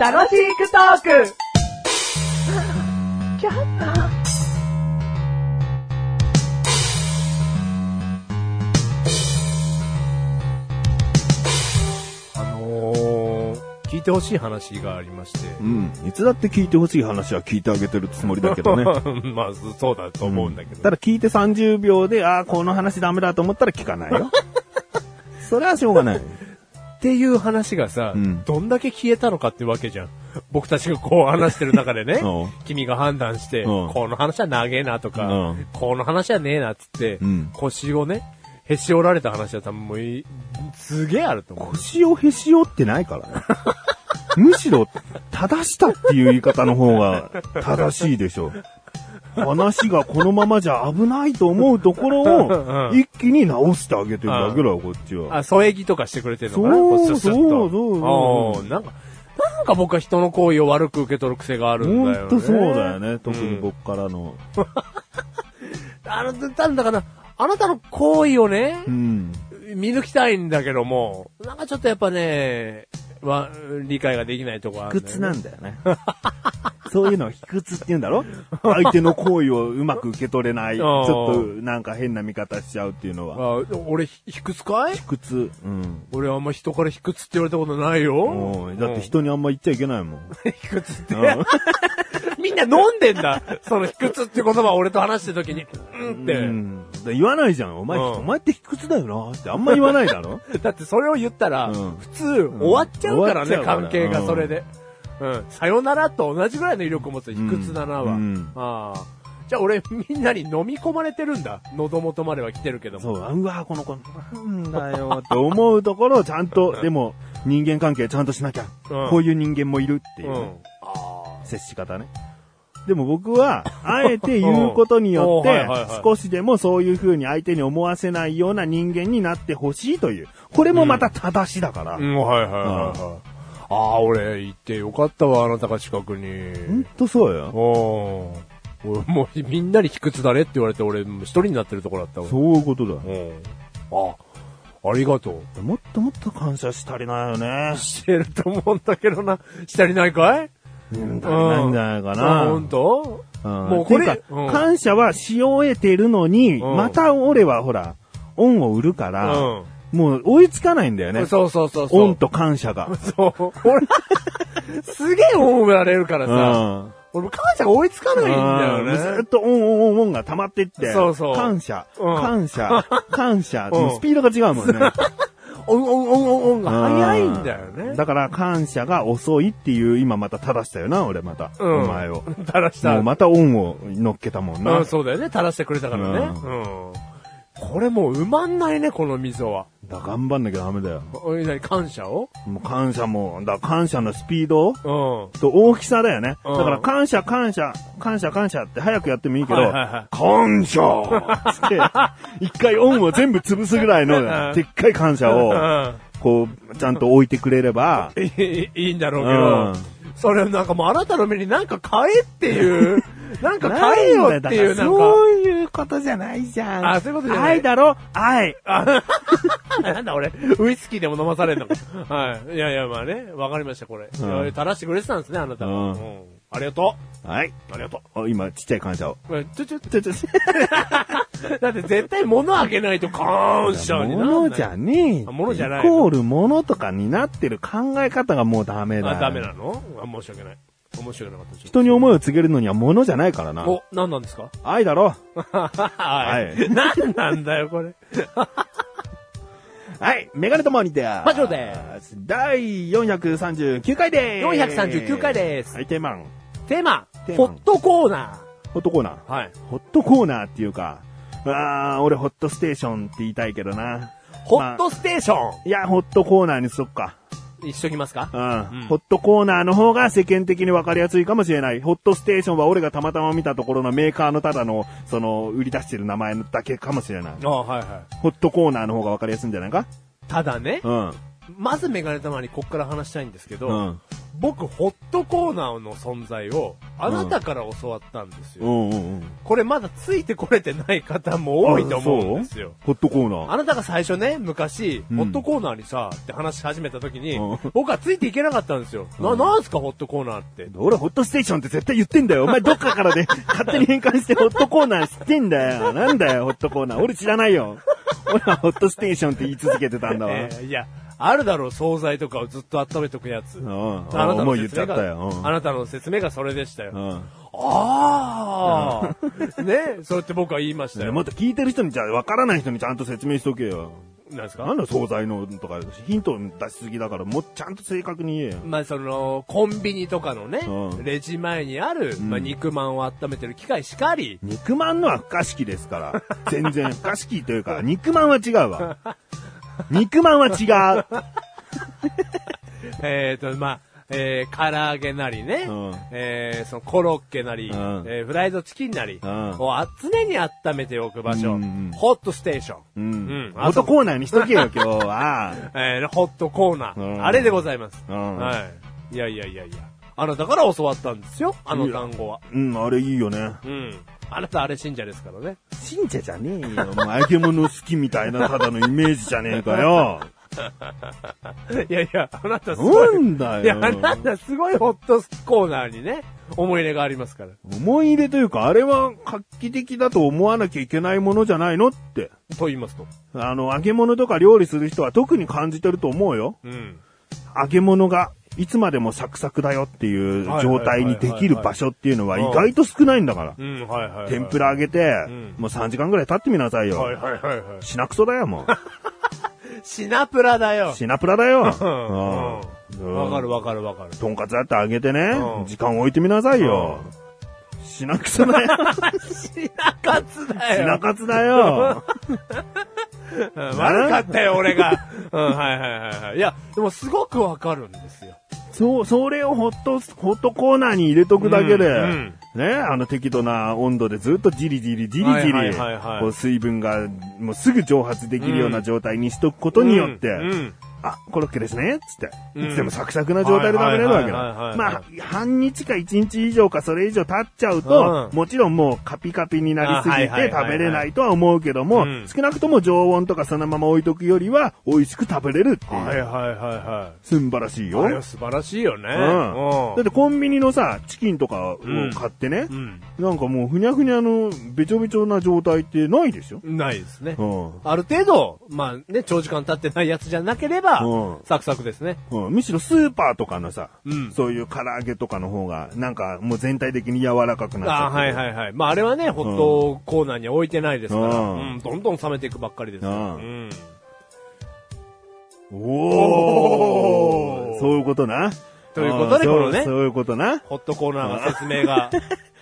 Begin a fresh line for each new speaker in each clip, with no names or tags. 楽しくトーク
あのー、聞いてほしい話がありまして。
うん。いつだって聞いてほしい話は聞いてあげてるつもりだけどね。
まあ、そそうだと思うんだけど。
ただ聞いて30秒で、ああ、この話ダメだと思ったら聞かないよ。それはしょうがない。
っていう話がさ、
うん
どんだけ消えたのかってわけじゃん。僕たちがこう話してる中 でね
うん、
君が判断して、
うん
この話は長えなとか、
うん
この話はねえなっつって、
うん
腰をね、へし折られた話は多分もうい、すげえあると思う。
腰をへし折ってないからね。むしろ、正したっていう言い方の方が正しいでしょう。話がこのままじゃ危ないと思うところを、一気に直してあげてるだけだよ、こっちは。
あ、添え木とかしてくれてるのかな
そう
こうスッスッと
そうそうそう
あーなんか、なんか僕は人の行為を悪く受け取る癖があるんだよね。
ほんとそうだよね、特に僕からの。
あの、なんだかな、あなたの行為をね、
うん。
見抜きたいんだけども、なんかちょっとやっぱね、は、理解ができないとこある
卑
んだよね、
屈なんだよね。 そういうのを卑屈って言うんだろ相手の行為をうまく受け取れ ない。ちょっとなんか変な見方しちゃうっていうのは。
あ俺、ひ卑屈かい
卑屈。うん。
俺あんま人から卑屈って言われたことないよ
お。い だって人にあんま言っちゃいけ ないもん。
うん、卑屈って。
う
みんな飲んでんだ。その卑屈って言葉を俺と話してる時に、うんって。
ん。だから言わないじゃん。お前、
うん
お前って卑屈だよなってあんま言わないだ ろ
だってそれを言ったら、
うん
普通終わっちゃうからね、
終わっちゃうから
関係がそれで。うん。さよならと同じぐらいの威力を持つ卑屈だなは。
うん
ああ。じゃあ俺、みんなに飲み込まれてるんだ。喉元までは来てるけども。
そう、あうわ、この子、なんだよ って思うところをちゃんと、でも、人間関係ちゃんとしなきゃ。
うん
こういう人間もいるっていうね、
うん。あ
接し方ね。でも僕 は、あえて言うことによっ
おーは
て
いはいはい、
少しでもそういう風に相手に思わせないような人間になってほしいという。これもまた正しだから。
あ。うん、はいはいはいはい。ああ、俺、行ってよかったわ、あなたが近く
ほん
に。
とそうよ。
おー俺もう、みんなに卑屈だねって言われて、俺、一人になってるところだったわ。
そういうことだ。
うん。あ、ありがとう。
もっともっと感謝し足りないよね。
してると思うんだけどな。したりないかい
うん足りないんじゃないかな。
あ、ほんと
も
もうこれ、うん
感謝はし終えてるのに、
うん
また俺はほら、恩を売るか
う
ら、
ん
もう追いつかないんだよね。
そうそうそうそう。
恩と感謝が。
そう。俺、すげえ恩売られるからさ、
うん
俺、母ちゃんが追いつかないん
うん
だ
ず
よ
っ
ね。
とオンオンオンオンが溜まっていって。
そうそう
感謝、
うん
感 謝、感謝。
うん
スピードが違うもんね。
オンオンオンオンが早いんだよ
うん
ね。
だから感謝が遅いっていう、今また正したよな、俺また。
うん
お前を。も
垂らした。
うまたオンを乗っけたもん
う
な。
ん、そうだよね。垂らしてくれたからね。
う
うん。これもう埋まんないね、この溝は。
だから頑張んなきゃダメだよ。
おい、なに感謝を
もう感謝も、だから感謝のスピード
うん。
と大きさだよね。
うん
だから感謝、感謝、感謝、感謝って早くやってもいいけど、
はいはいはい
感謝つ って、一回音を全部潰すぐらいの、でっかい感謝を、こう、ちゃんと置いてくれれば、
いいいいんだろうけど、それなんかもうあなたの目になんか買えって いう、なんか買えよっていう、なんか。
そういうことじゃないじゃん。
あそういうことじゃない
愛だろ愛。
なんだ俺、ウイスキーでも飲まされんのか。はい。いやいや、まあね、わかりました、これ。
ん
いや垂らしてくれてたんですね、あなた
うん
は。うんありがと
はい。
う。ありがと
あ今、ちっちゃい感謝を。
う。ちょ、ちょ、
ちょちょちょ。
だって絶対物開けないと感謝にならない
物じゃねえ。
あ物じゃない
イコール物とかになってる考え方がもうダメだ。
あ、ダメなのあ、申し訳ない。申し訳なかった。ちょっと
人に思いを告げるのには物じゃないからな。
お、何なんですか
愛だろ。
はい何なんだよ、これ。
はい、メガネとモニでーす。
魔女です。
第439回でーす。
439回です
はい、テーマン。
テーマ、
テー
ホ
マ
ットコーナ
ホットコーナー。
ー。はい。
ホットコーナーっていうか、あー、俺ホットステーションって言いたいけどな。
ホットステーション、
いや、ホットコーナーにしとっか。
一緒きますか
うん。
うん
ホットコーナーの方が世間的に分かりやすいかもしれない。ホットステーションは俺がたまたま見たところのメーカーのただの、その、売り出してる名前だけかもしれない。
あはいは
ホットコーナーの方が分かりやすいんじゃないか
い。ただね、
うん。
まずメガネ玉にこっから話したいんですけど、
うん。
僕、ホットコーナーの存在を、あなたから教わったんですよ。
うんうんうん。
これまだついてこれてない方も多いと思うんですよ。
あ。そうホットコーナー。
あなたが最初ね、昔、
うん
ホットコーナーにさ、って話し始めた時に
うん、
僕はついていけなかったんですよ。
う
な、
ん
なんすか、ホットコーナーって。
俺ホットステーションって絶対言ってんだよ。お前どっかか らで勝手に変換してホットコーナー知ってんだよ。なんだよ、ホットコーナー。俺知らないよ。俺はホットステーションって言い続けてたんだわ。
えーいや、あるだろう、惣菜とかをずっと温めとくやつ。
うん
あなた
も
の
う言っ
説
ちゃ
明
ったよ。うん
が、あなたの説明がそれでしたよ。
うん
ああ ね、そうやって僕は言いました
ね
よ。
もっと聞いてる人に、じゃあ分からない人にちゃんと説明しとけよ。
なんですか
なんだ惣菜のとか、ヒント出しすぎだから、もうちゃんと正確に言えよ。
まあ、その、コンビニとかのね、
うん
レジ前にある、まあ、肉まんを温めてる機械しかり、
肉まんのは不可思議ですから。全然不可思議というか、肉まんは違うわ。肉まんは違う。
えっ、と、まあ、えー、唐揚げなりね、
うん
えーそのコロッケなり、
うん
えーフライドチキンなり、
うん
をあ常に温めておく場所、
うんうん
ホットステーション、
う
うん
ん。
あ
ホットコーナーにしとけよ、今日 は。
えーホットコーナー、
うん
あれでございます、
うん
はい。いやいやいやいや、あなたから教わったんですよ、あの単語は。
うん、あれいいよね。
うん。あなたあれ信者ですからね。
信者じゃねえよ。もう揚げ物好きみたいなただのイメージじゃねえかよ。
いやいや、あなたすごい。
なんだ
いや、あ
よ
な。たすごいホットコーナーにね、思い入れがありますから。
思い入れというか、あれは画期的だと思わなきゃいけないものじゃないのって。
と言いますと。
あの、揚げ物とか料理する人は特に感じてると思うよ。
うん。
揚げ物がいつまでもサクサクだよっていう状態にできる場所っていうのは意外と少ないんだから。
うん、はいはい、はい。
天ぷら揚げて
ん、
もう3時間ぐらい経ってみなさい
はいは
よ。
いはいはい。
しなくそだよ、もう。
シナプラだよ。
シナプラだよ。
うん。
うん
わかるわかるわかる。
とんかつだって揚げてね
うん、
時間置いてみなさいよ。しなく そだよ。
シナカツだ
しな
よ。
かつだ よ。
うん悪かったよ、俺が。うん、はいはいはいはい。いや、でもすごくわかるんですよ。
そう、それをホット、ホットコーナーに入れとくだけで、
うんうん
ね、あの適度な温度でずっとじりじりじり
はい
じ
はい
り
はいはい、
こう水分がもうすぐ蒸発できるような状態にしとくことによって、
うんうん。
あ、コロッケですね、つって。
うん
いつでもサクサクな状態で食べれるわけ
はいはいはいはいは
だ。
い
まあ、半日か1日以上かそれ以上経っちゃうと、
うん
もちろんもうカピカピになりすぎ
あはいはい
て
はいは
食
い
べれないとは思うけども、
うん
少なくとも常温とかそのまま置いとくよりは、美味しく食べれるって
はい
いう。
はいはいは
すんばらしい
い。あれ
よ
は。素晴らしいよね。
うん。だってコンビニのさ、チキンとかを
うん
買ってね、
うん。
なんかもうふにゃふにゃのべちょべちょな状態ってないでしょ
うん。ないですね
う。ん。
ある程度、まあね、長時間経ってないやつじゃなければ
うん、
サクサクですね。
うん、むしろスーパーとかのさ、
うん
そういう唐揚げとかの方が、なんかもう全体的に柔らかくなっちゃ
あ
っ
ー
て。
はいはい
い。
はい。まああれはね、ホットコーナーには置いてないですから、
う
うんん、どんどん冷めていくばっかりですから。
う
うんん。
お
お
ー
ー
そういうことな。
ということで
あー
このね
そう。そういうことな。
ホットコーナーの説明が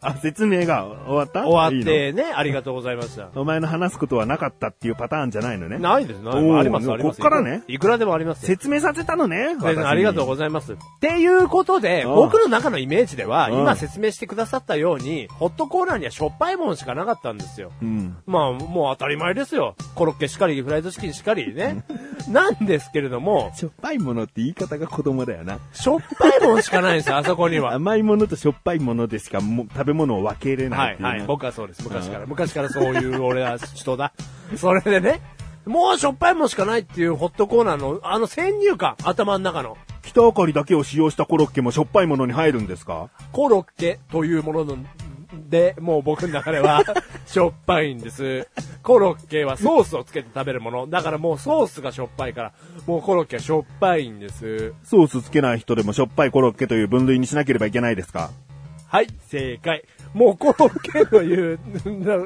あ、説明が終わった
終わっ
いい
てね、ありがとうございました。
のお前の話すことはなかったっていうパターンじゃないのね。
ないです、ないで
おー
す。あります、あります。
こっからね
いくらでもありますよ。
説明させたのね。
先生ありがとう
ご
ございます。っていうことで、
うん
僕の中のイメージでは、
うん
今説明してくださったように、ホットコーナーにはしょっぱいもんしかなかったんですよ。
うん。
まあ、もう当たり前ですよ。コロッケしかり、フライドチキンしかりね。 なんですけれども、
しょっぱいものって言い方が子供だよな。
しょっぱいもんしかないんですよ、あそこには。
甘いものとしょっぱいものでしかもう食べ物を分けれな
はい
っ
い、
ていうね、
はい。僕はそうです。昔から。昔からそういう俺は人だ。 それでね、もうしょっぱいもんしかないっていうホットコーナーの、あの先入観、頭の中の。
北あかりだけを使用したコロッケもしょっぱいものに入るんですか
コロッケというものの、で、もう僕の中では、しょっぱいんです。コロッケはソースをつけて食べるもの。だからもうソースがしょっぱいから、もうコロッケはしょっぱいんです。
ソースつけない人でもしょっぱいコロッケという分類にしなければいけないですか
はい、正解。もうコロッケという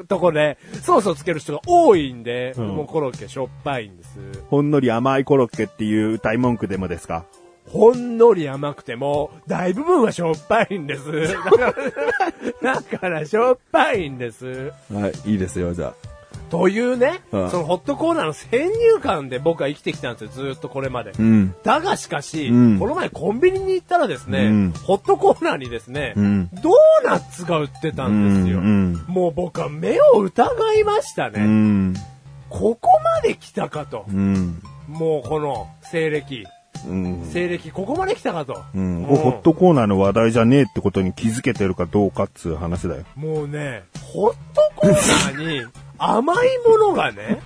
とこで、ソースをつける人が多いんで、
うん
もうコロッケしょっぱいんです。
ほんのり甘いコロッケっていう歌い文句でもですか
ほんのり甘くても、大部分はしょっぱいんです。 だから、だからしょっぱいんです。
はい、いいですよ、じゃ
というね、
うん
そのホットコーナーの先入観で僕は生きてきたんですよ、ずーっとこれまで。
うん。
だがしかし、
うん
この前コンビニに行ったらですね、
うん
ホットコーナーにですね、
うん
ドーナツが売ってたんですよ。
うんうん
もう僕は目を疑いました
う
ね。
ん。
ここまで来たかと
う。ん。
もうこの西暦。
うん。
西暦ここまで来たかと。
うん、
もう
ホットコーナーの話題じゃねえってことに気づけてるかどうかっつう話だよ。
もうね、ホットコーナ ーに甘いものがね、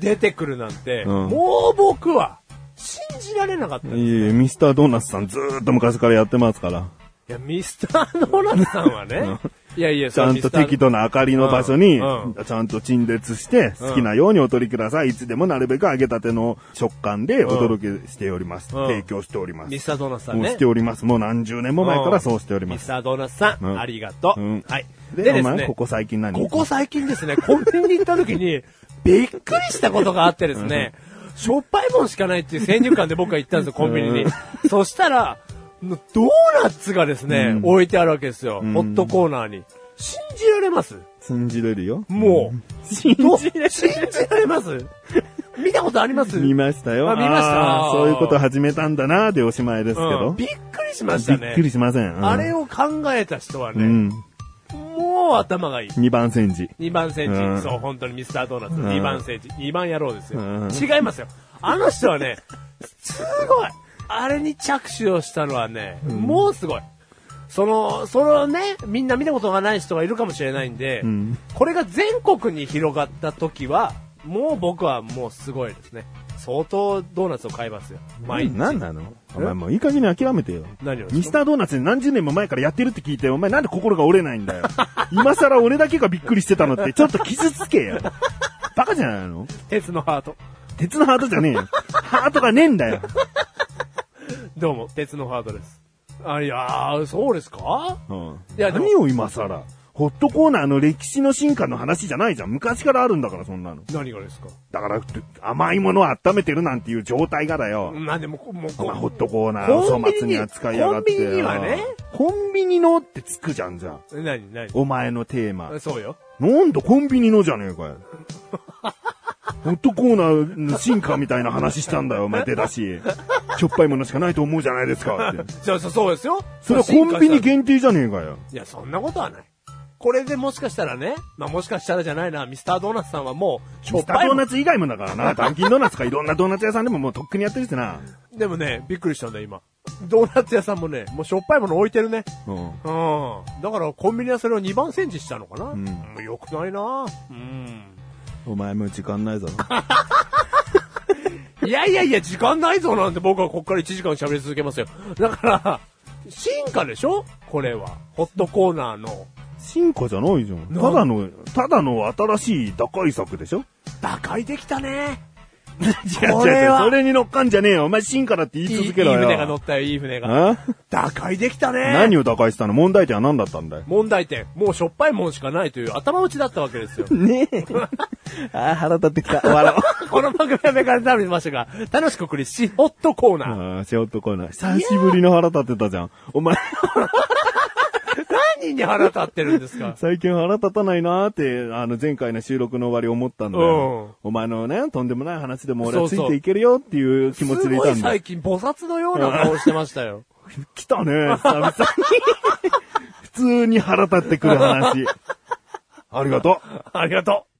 出てくるなんて、
うん
もう僕は信じられなかった。い
いえいえ、ミスタードーナツさんずーっと昔からやってますから。
や、ミスタードーナツさんはね、いやいや、
ちゃんと適
当
度な明かりの場所に
うんう、
ちゃんと陳列して、好きなようにお取りください。いつでもなるべく揚げたての食感でお届けしております。
うん
提供しております。
ミスタードーナツさん
もう
ね
して。おります。もう何十年も前からそうしておりま
ミス
す。
タードーナツさん、
うん
ありがとう。
うん
はい。で
で、
で
お
す
前、
ね、
ここ最近何
ここ最近ですね、コンビニに行った時に、びっくりしたことがあってですね、しょっぱいもんしかないっていう先入観で僕は行ったんですよ、コンビニに。そしたら、ドーナツがですね、置いてあるわけですよ、
ん
ホットコーナーに。信じられます
信じれるよ。
もう。
信
どう
じ
信じられます見たことあります
見ましたよ。
あ見ました
あーそういうこと始めたんだな、でおしまいですけ
う
ど
ん。びっくりしました
び
ね
っく。りしません。うん
あれを考えた人は
う
ね、
ん。
もう頭がいい。
二番煎じ。
2番センチ、
うん
そう、本当にミスタードーナツ、
ん
2番センチ、2番野郎ですよ。
うん
違いますよ。あの人は ね、すごいあれに着手をしたのはね、もうすごい。その、そのね、みんな見たことがない人がいるかもしれないんで、
ん
これが全国に広がった時は、もう僕はもうすごいですね。相当ドーナツを買いますよ。毎日。
何なのお前もういい加減に諦めてよ。
何をですか
ミスタードーナツに何十年も前からやってるって聞いて、お前なんで心が折れないんだよ。 今更俺だけがびっくりしてたのって、ちょっと傷つけよ。バカじゃないの
鉄のハート。
鉄のハートじゃねえよ。ハートがねえんだよ。
どうも、鉄のハートです。あ、いやー、そうですか
うん、
いやでも
何を今更。ホットコーナーの歴史の進化の話じゃないじゃん。昔からあるんだから、そんなの。
何がですか
だから、甘いものを温めてるなんていう状態がだよ。
まあでも、もうこ
まあ、ホットコーナーを
コンビニ
粗末に扱いやがって
コンビニにはね。
コンビニのってつくじゃん、じゃん。
何何
お前のテーマ。
そうよ。
なんだコンビニのじゃねえかよ。 ホットコーナーの進化みたいな話したんだよ、お前出だし。しょっぱいものしかないと思うじゃないですかって。
じゃあ、そそうですよ。
それはコンビニ
い
限定じゃねえかよ。
や、そんなことはない。これでもしかしたらね、まあもしかしたらじゃないな、ミスタードーナツさんはもう、しょ
ミ
っ
スター
ぱい
ドー
も
ナ
ん。
ツ以外もだから な。ダンキンドーナツかいろんなドーナツ屋さんでももうとっくにやってるしな。
でもね、びっくりしたんだよ、今。ドーナツ屋さんもね、もうしょっぱいもの置いてるね。
うん。
うん。だからコンビニはそれを2番センチしたのかな。うんん。よくないなうん。
お前もう時間ないぞ。
いやいやいや、時間ないぞなんて僕はこっから1時間喋り続けますよ。だから、進化でしょこれは。ホットコーナーの。
進化じゃないじゃん。ただの、ただの新しい打開策でしょ
打開できたね。
違う
これ
違う違う。
は
それに乗っかんじゃねえよ。お前進化だって言い
いいいい
続けろよ。
船が乗ったよ、いい船が。
え
打開できたね。
何を打開したの問題点は何だったんだよ。。
問題点。もうしょっぱいもんしかないという頭打ちだったわけですよ
ねえ。あー腹立ってきた。笑
この番組はメガネ食べましたが、楽しく送り、し、ホットコー
お
ナー。
う。ああ、ショートコーナー。久しぶりの腹立ってたじゃん。お前、
何に腹立ってるんですか
最近腹立たないなーって、あの、前回の収録の終わり思ったんだよ。お前のね、とんでもない話でも俺はつ
そう
い
そ
て
う
いけるよっていう 気
す
持ちでい
ご
た
い
んだよ
最。近、菩薩のような顔してましたよ。
来たね、久々に。 普通に腹立ってくる話。ありがとう。
ありがとう。